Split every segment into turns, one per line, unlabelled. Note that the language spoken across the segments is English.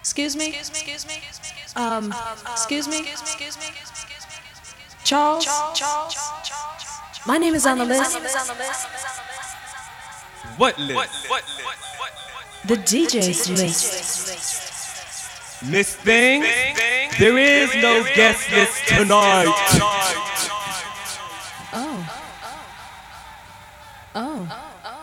Excuse me? Excuse me? Um, excuse me? Charles? My name is on the list.
What list?
The DJ's list.
Miss Thing, there is no guest list tonight.
Oh. Oh.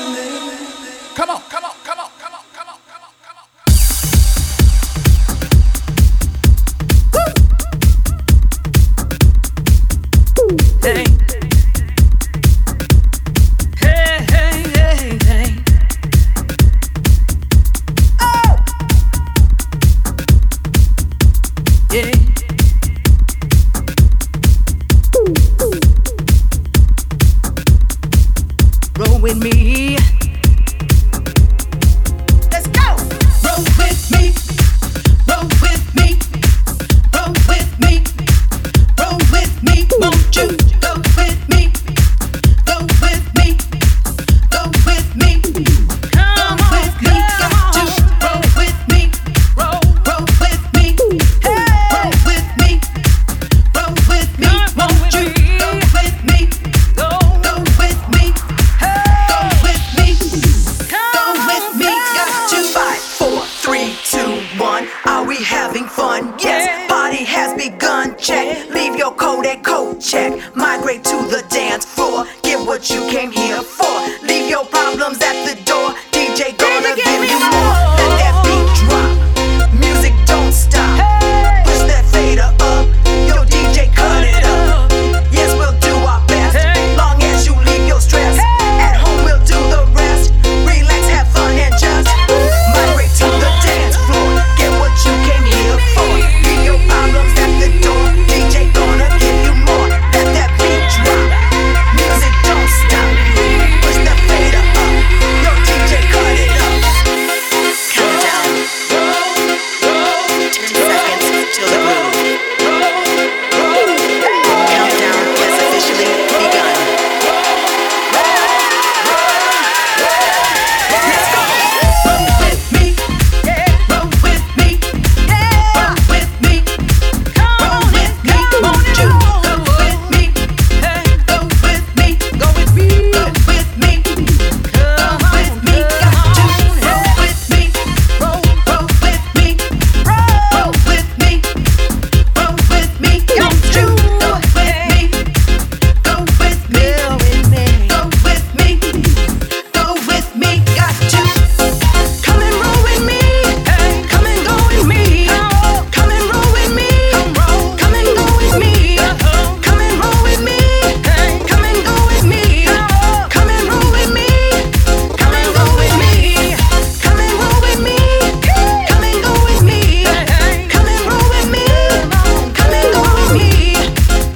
Come on, come on, come on, come on, come on, come on, come on.
Hey, hey, hey, hey. Oh, yeah. Roll with me. Let's go. Roll with me. Roll with me. Roll with me. Roll with me. Won't you go with me? Go with me. Go with me. Come with me. Got to roll with me. Roll, roll with me. Roll with me. Roll with me. Won't you go with me? Go, go with me. Go with me. Go with me. Got to five, four, three, two, one. Are we having fun? Yes. Party has begun. Check. Leave your code at code check. Migrate to the dance floor. Get what you came here for. Leave your problems at the door. DJ gonna give you more. Let that beat drop. Music don't stop. Push that fader up. Yo, DJ, cut it up. Yes, we'll do our best. Long as you leave your stress. At home, we'll do the rest. Relax, have fun, and just migrate to the dance floor. Get what you came here for. Leave your problems at the door. DJ gonna give you more. Let that beat drop. Music don't stop. Push that fader up. Yo, DJ, cut it up. Countdown. Ten seconds till the groove. Countdown has officially begun. Go with me, got to Come and roll with me, come and go with me, come and roll with me, come and go with me, come and roll with me, come and go with me, come and roll with me, come and go with me, come and roll with me, come and go with me, come and roll with me, come and go with me, come and roll with me,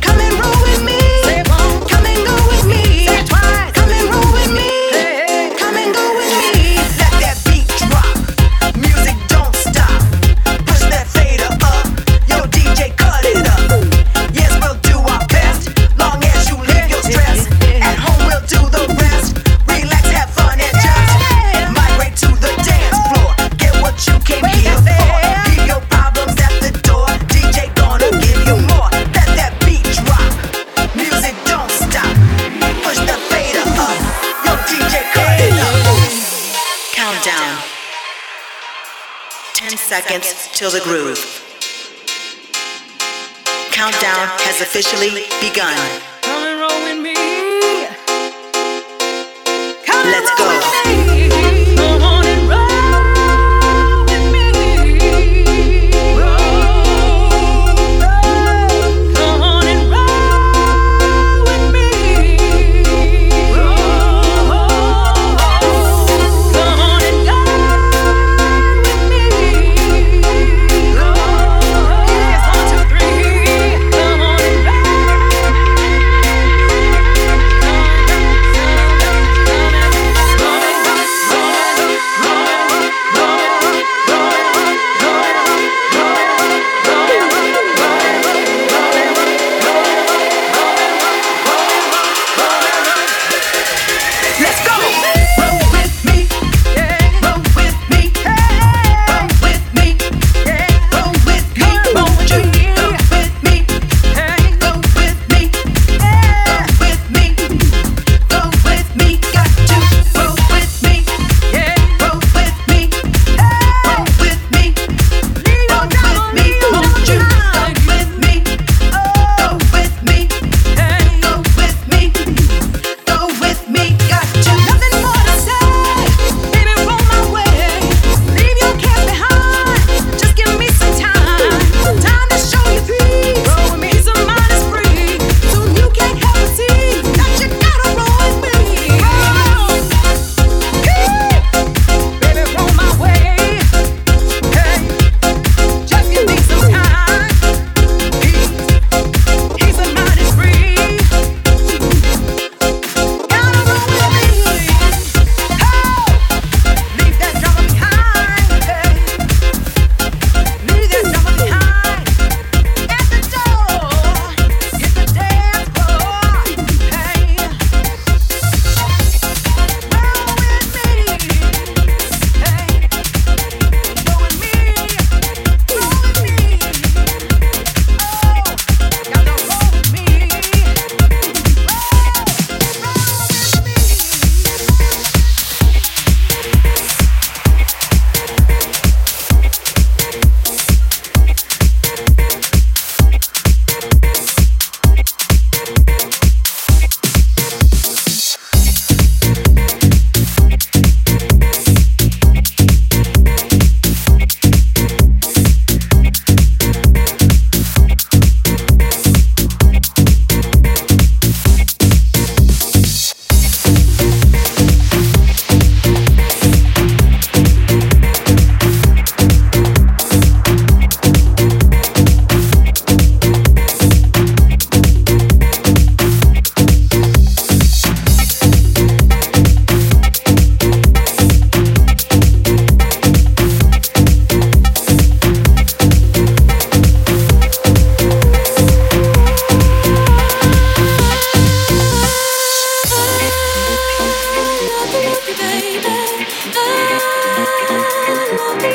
come and go with me, come and roll with me, come and go with me. Let that beat drop. Music don't stop. Push that fader up. Yo, DJ, cut it up. Yes, we'll do our best. Long as you leave your stress. At home, we'll do the rest. Relax, have fun, and just migrate to the dance floor. Get what you came here for. Leave your problems at the door. DJ gonna give you more. Let that beat drop. Music don't stop. Push the fader up. Yo, DJ, cut it up. Countdown. 10 seconds till the groove. Countdown has officially begun.
Come and roll with me.
and Let's roll go. with
Come on and roll with me. Come on and roll with me. Come on and dance with me. Come on and roll. Come on, come on, come on, come on.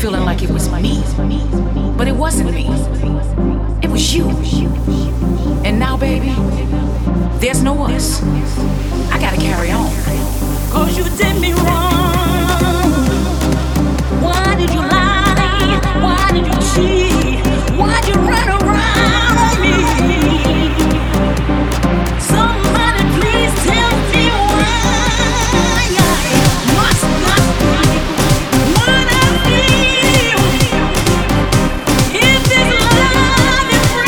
feeling like it was me. But it wasn't me. It was you. And now, baby, there's no us. I gotta carry on.
Cause you did me wrong. Why did you lie? Why did you cheat? Why'd you run around on me? Somebody please tell me why. Must not what I feel. If this love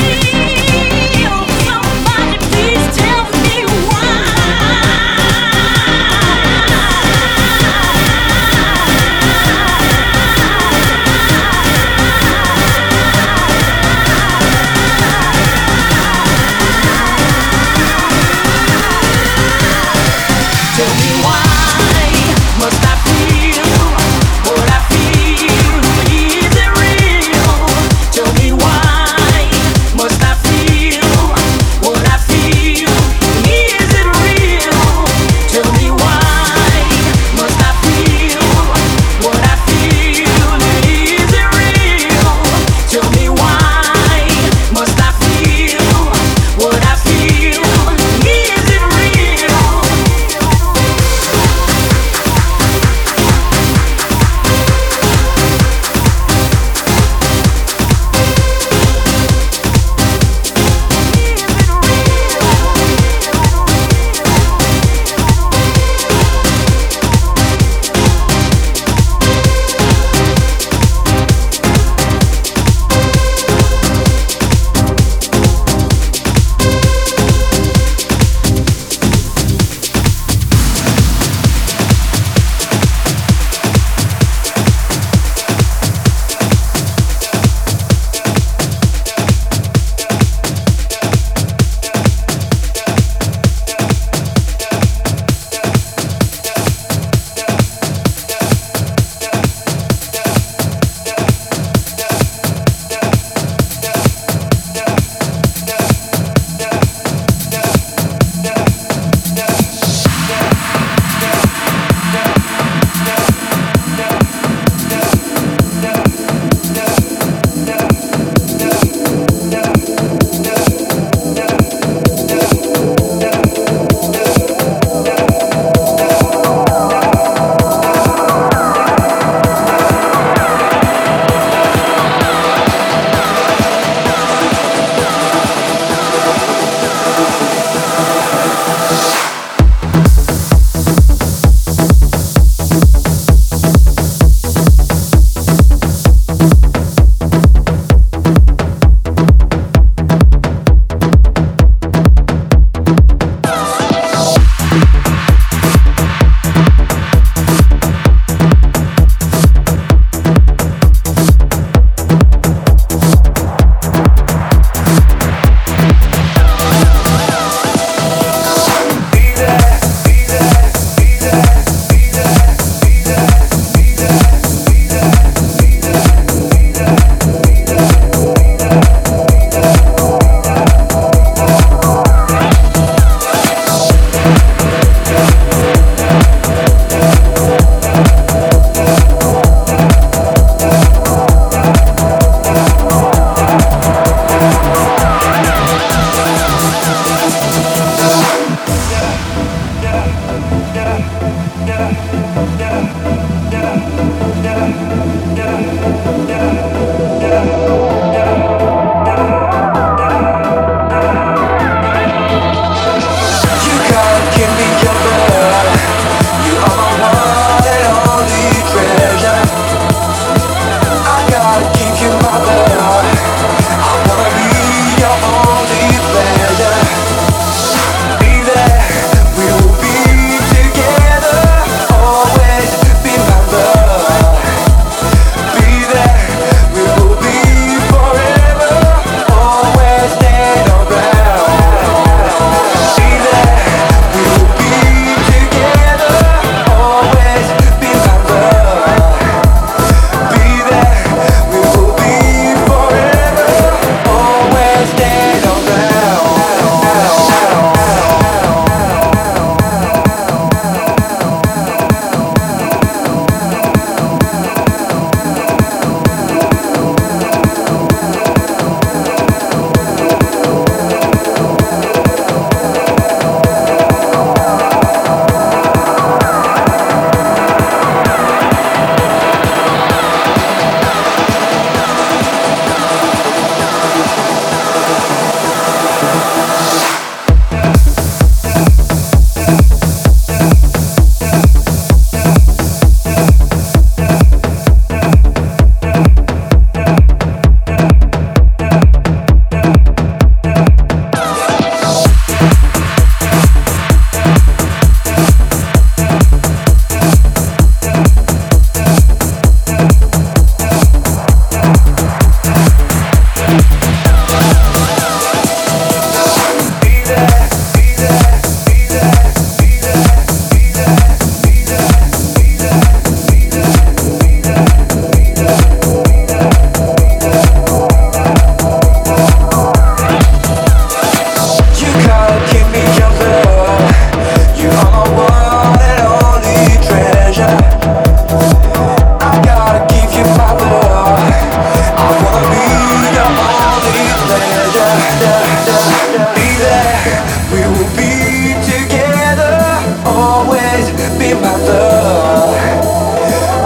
We will be together always. Be my love.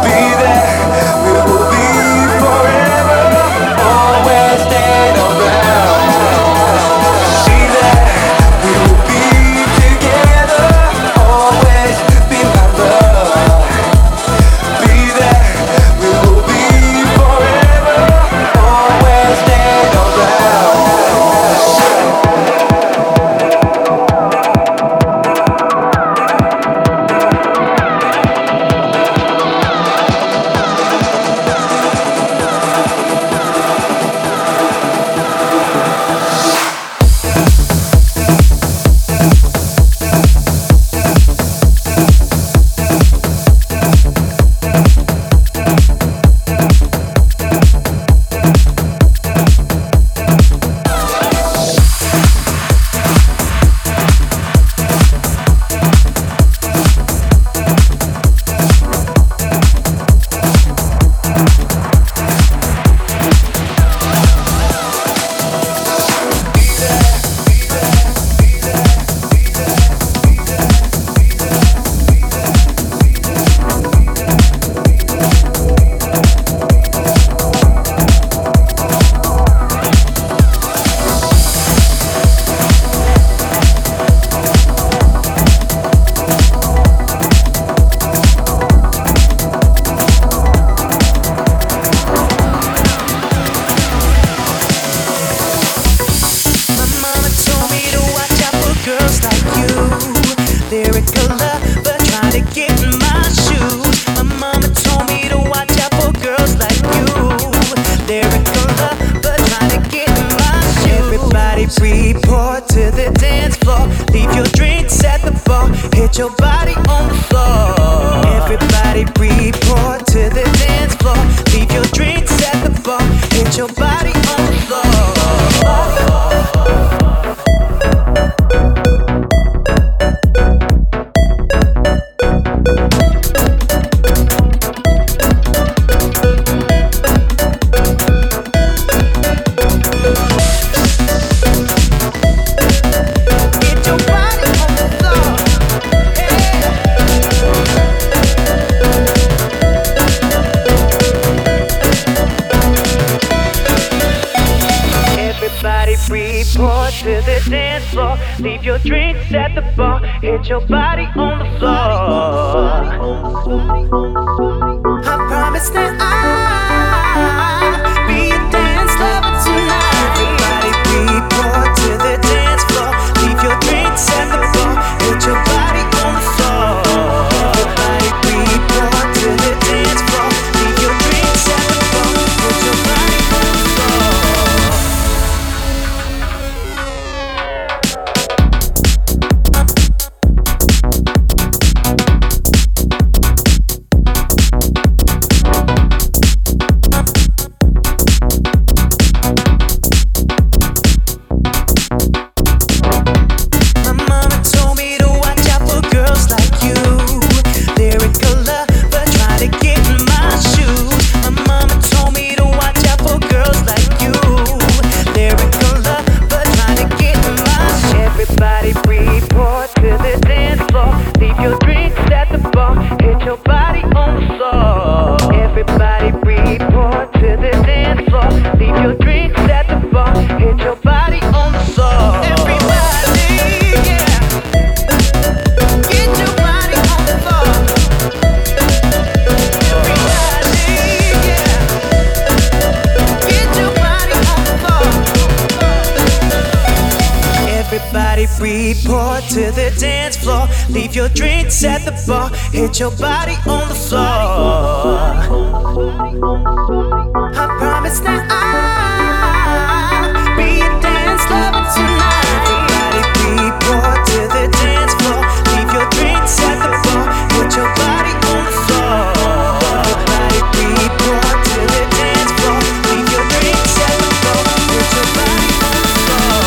Be there. We will be forever. Always stand around. Be there. We will be together always. Be my love. Be there. We will be forever. Always stand around.
Report to the dance floor. Leave your drinks at the bar. Hit your body on the floor. Everybody report to the dance floor. Leave your drinks at the bar. Hit your body on the floor. Hit your body on the floor. Hey. Everybody report to the dance floor. Leave your drinks at the bar. Hit your body on the floor. I promise that I be a dance lover tonight. Everybody report to the dance floor. Leave your drinks at the bar. Hit your body on the floor. Everybody report to the dance floor. Leave your drinks at the bar. Hit your body on the floor. My mama told me to watch out for girls like you. Lyrical lover try to get in my shoes. My mama told me to watch out for girls like you. Lyrical lover try to get in my shoes. Everybody report to the dance floor. Leave your drinks at the bar. Hit your body on the floor. Everybody report to the dance floor. Leave your drinks at the bar. Hit your body on the floor. Everybody, yeah. Get your body on the floor. Everybody, yeah. Get your body on the floor. Everybody report to the dance floor. Leave your drinks at the bar. Hit your body on the floor. I promise that I'll be a dance lover tonight. Everybody report to the dance floor. Leave your drinks at the bar. Put your body on the floor. Everybody report to the dance floor. Leave your drinks at the bar. Put your body on the floor.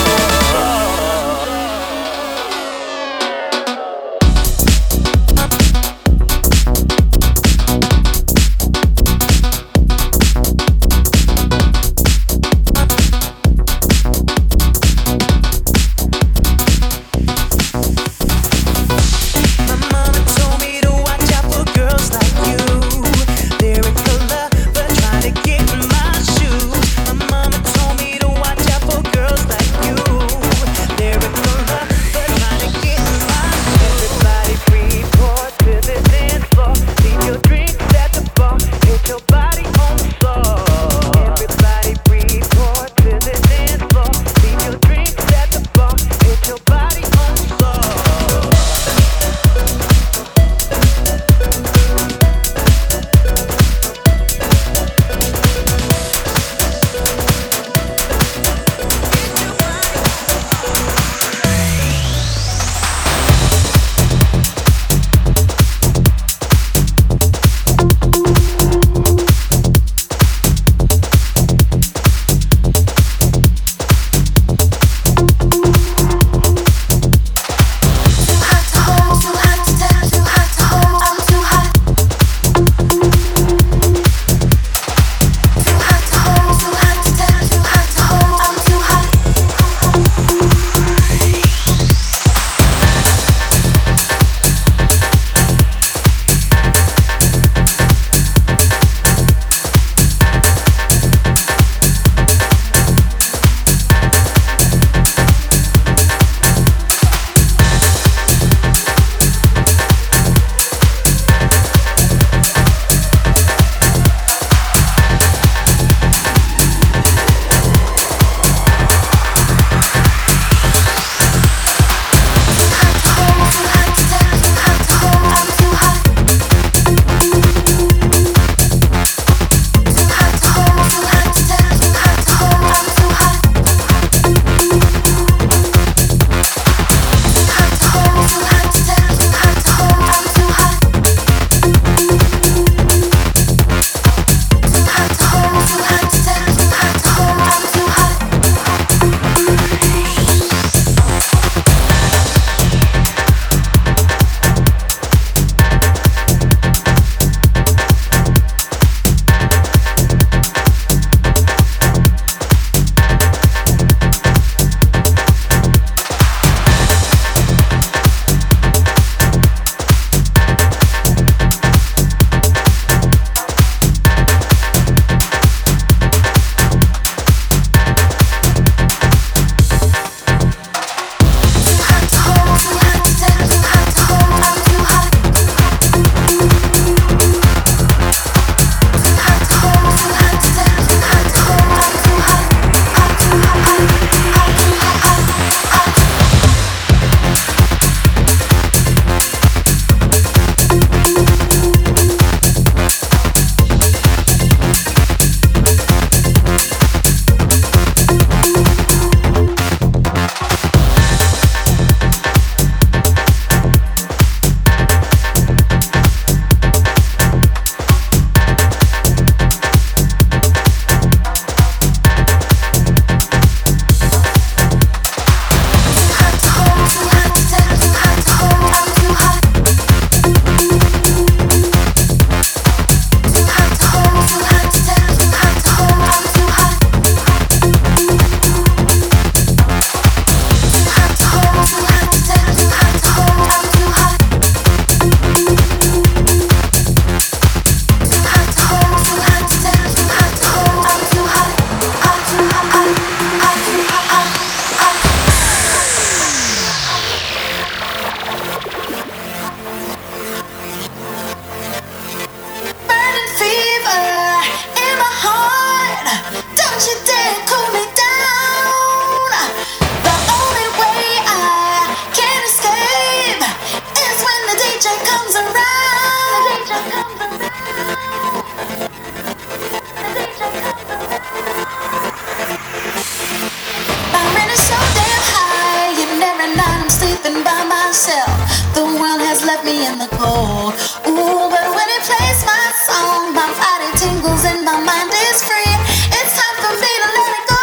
tingles and my mind is free. It's time for me to let it go.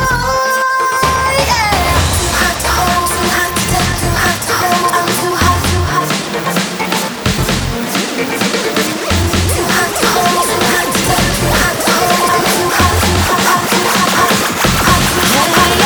Yeah. Too hot to hold, too hot to touch, too hot to hold. I'm too hot, too hot. Too hot to hold, too hot to touch, too hot to hold. I'm too hot, too hot, hot, too hot, hot, hot, too hot. Yeah, yeah.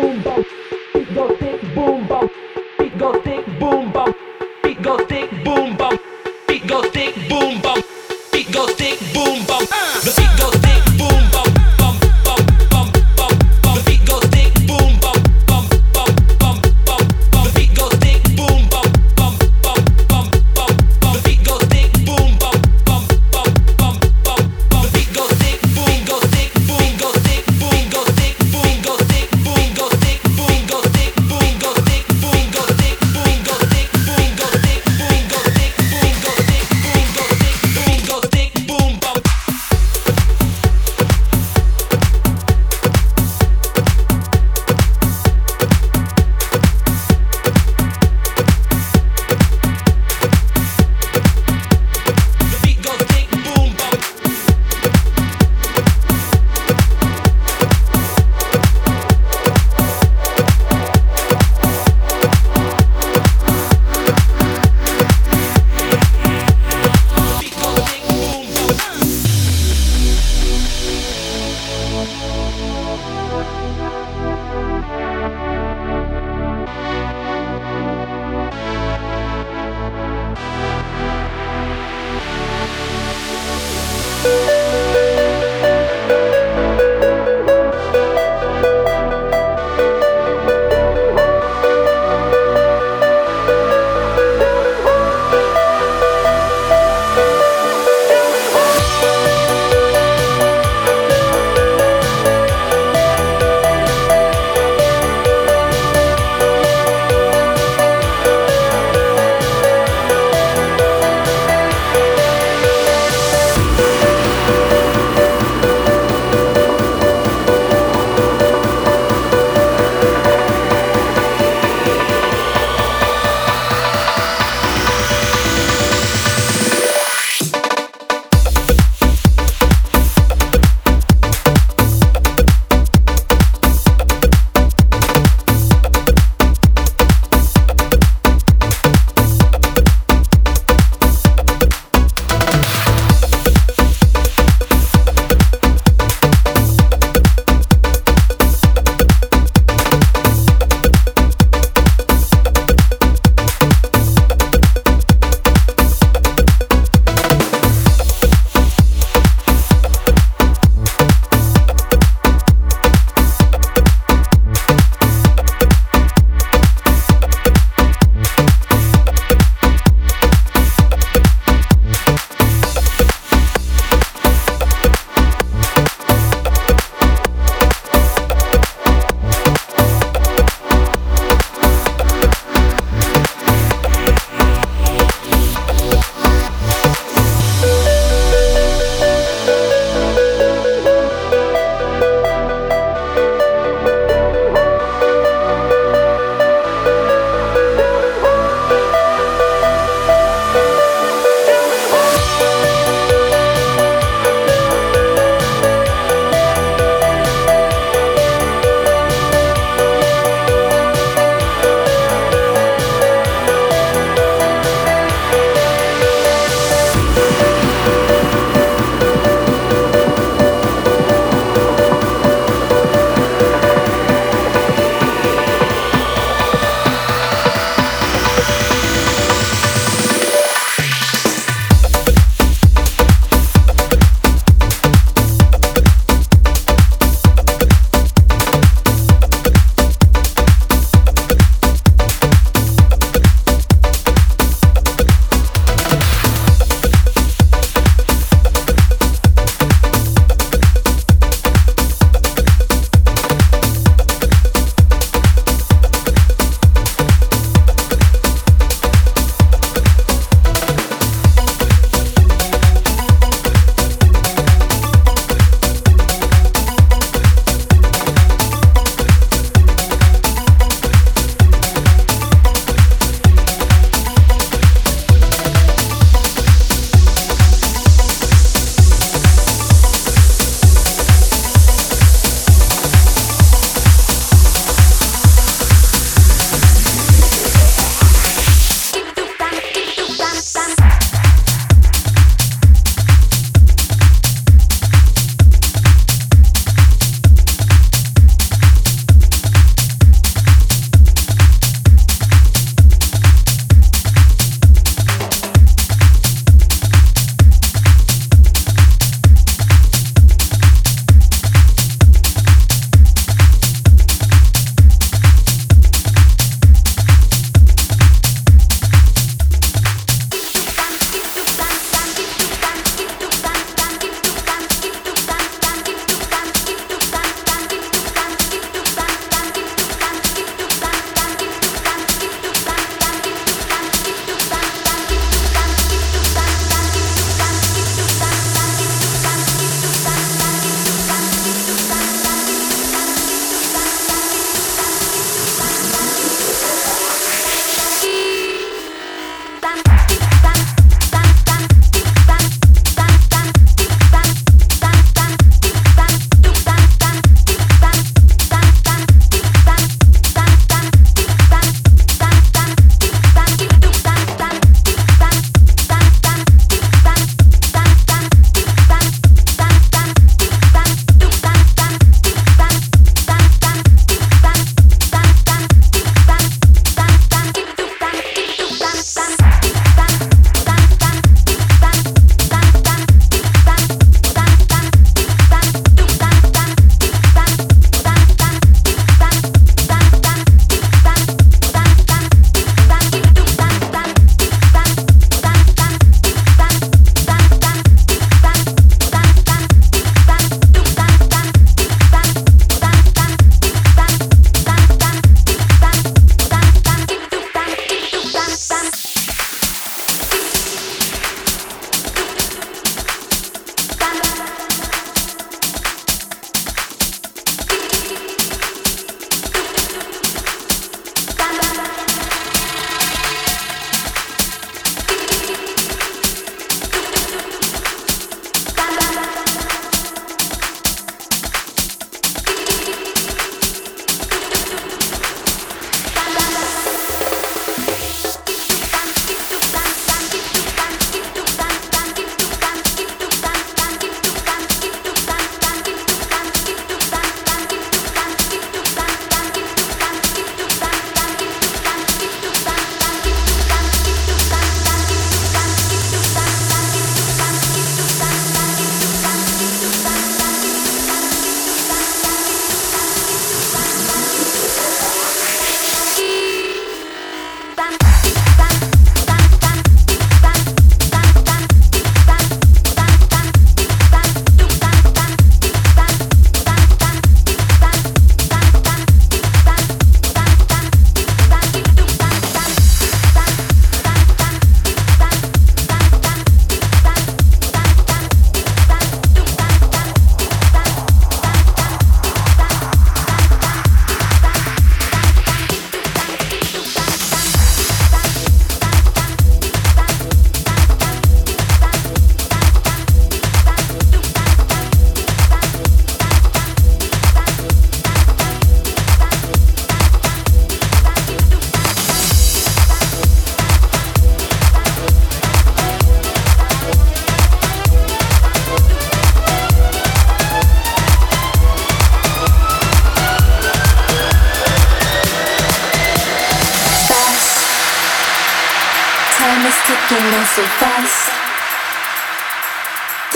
go thick, boom boom. Beat go thick, boom boom. Beat go thick, boom boom. Beat go thick, boom boom. Beat go thick, boom boom. The beat go thick, boom boom. Bum, bum, bum, bum, bum. The beat go thick, boom bum, bum, bum, bum, bum, bum. The beat go thick, boom bum, bum, bum, bum, bum, bum. The beat go thick, boom bum, bum, bum, bum, bum, bum. The beat go thick, boom go thick, boom go thick, boom go thick, boom go thick, boom go thick, boom go thick, boom go thick, boom go thick.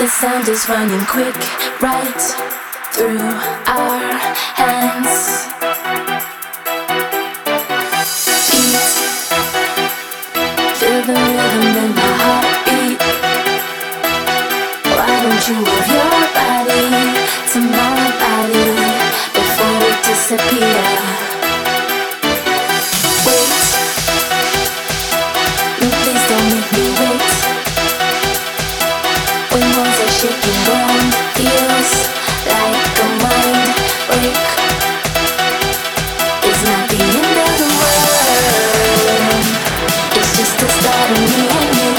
sound is running quick right through our hands. Beat. Feel the rhythm in my heartbeat. Why don't you move your body to my body before we disappear? Wait. No, please don't make me wait. When walls are shaking round, feels like a mind break. It's not the end of the world. It's just the start of me and you.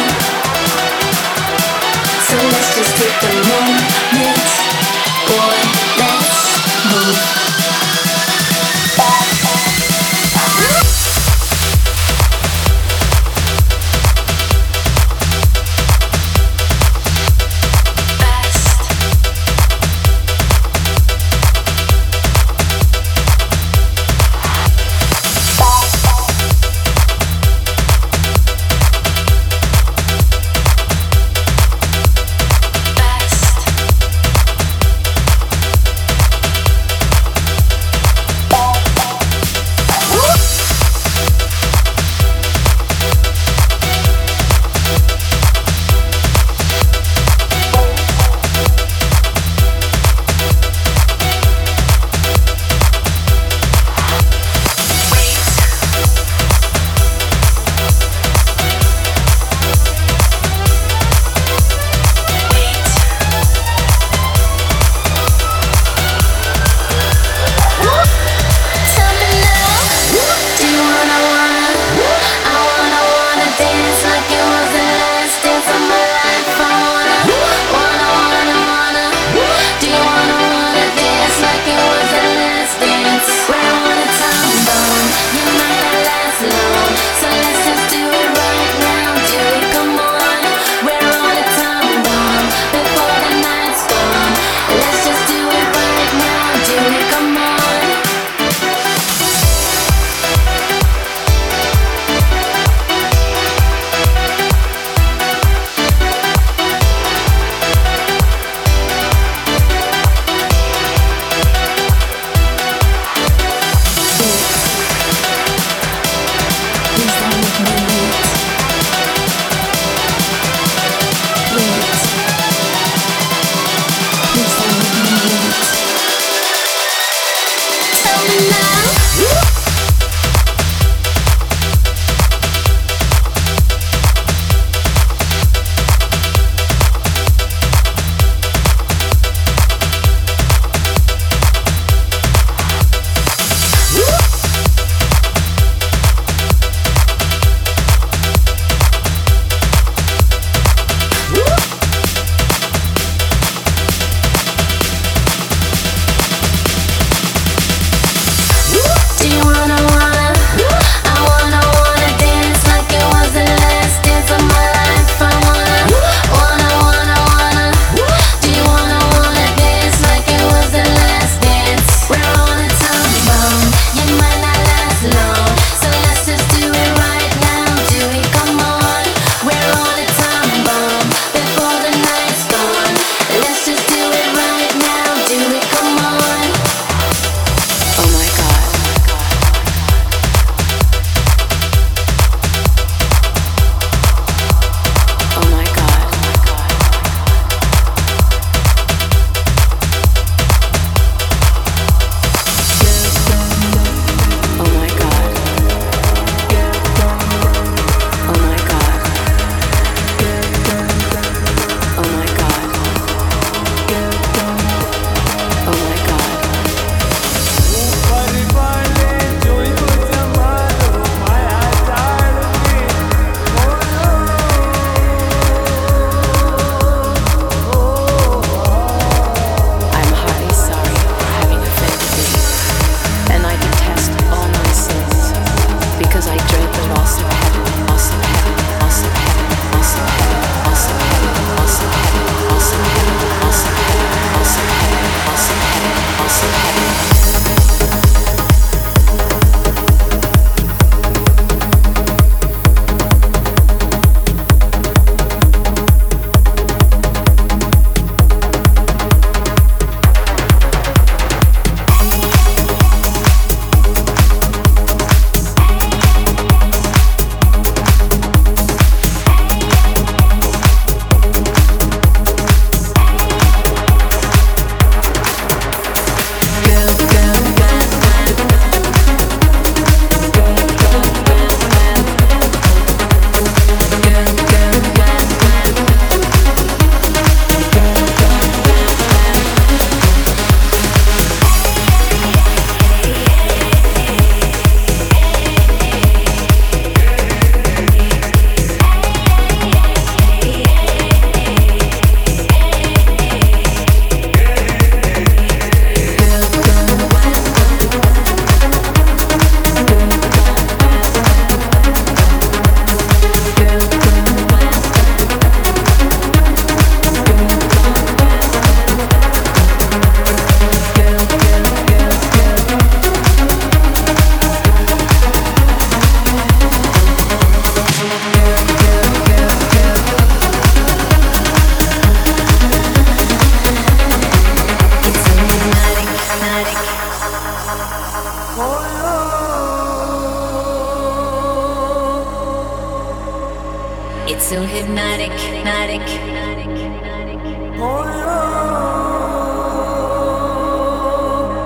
It's so hypnotic, hypnotic.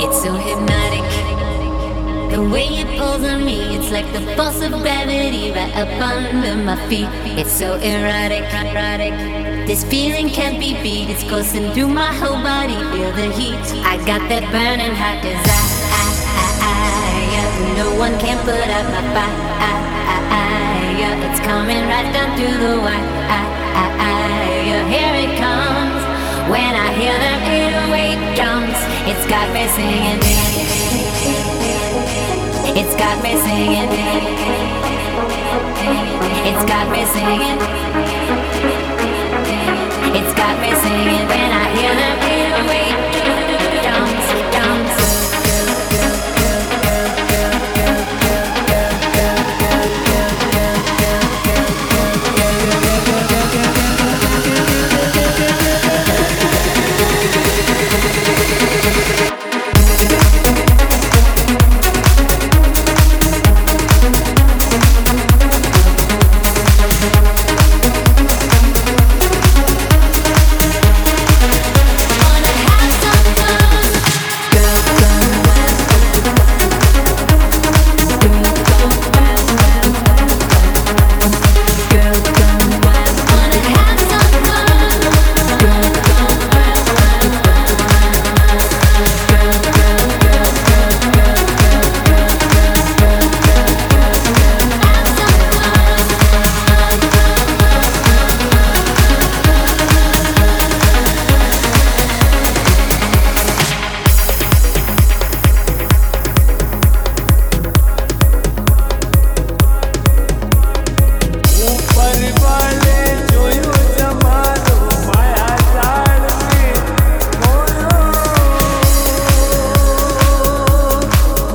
It's so hypnotic. The way it pulls on me, it's like the pulse of gravity right up under my feet. It's so erotic, erotic. This feeling can't be beat, it's coursing through my whole body. Feel the heat. I got that burning hot desire. No one can put out my fire. It's coming right down through the wire. Here it comes. When I hear them 808 drums, it's got me singing. It's got me singing. It's got me singing. It's got me singing. When I hear them 808 drums, drums.
ऊपर वाले जो यो जमानो माया जाल में मोयो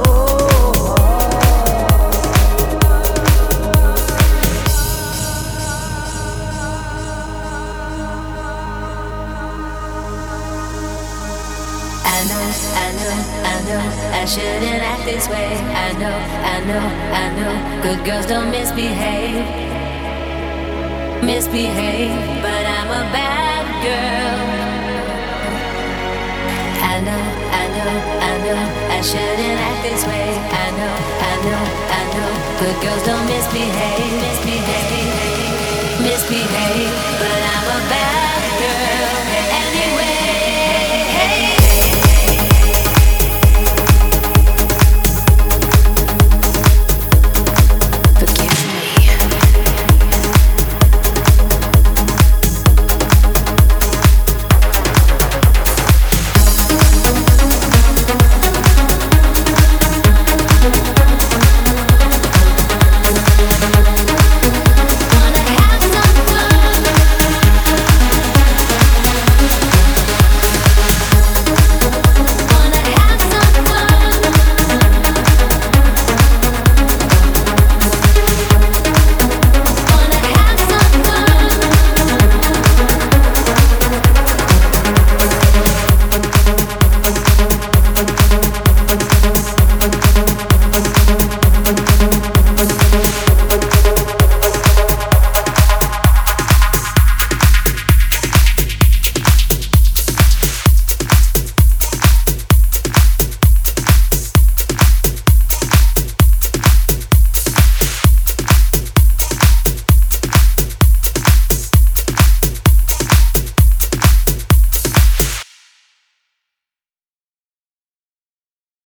हो
I know, I know, I know, I shouldn't act this way. I know, I know, I know, good girls don't misbehave. Misbehave, but I'm a bad girl. I know, I know, I know, I shouldn't act this way. I know, I know, I know, good girls don't misbehave. Misbehave, misbehave, but I'm a bad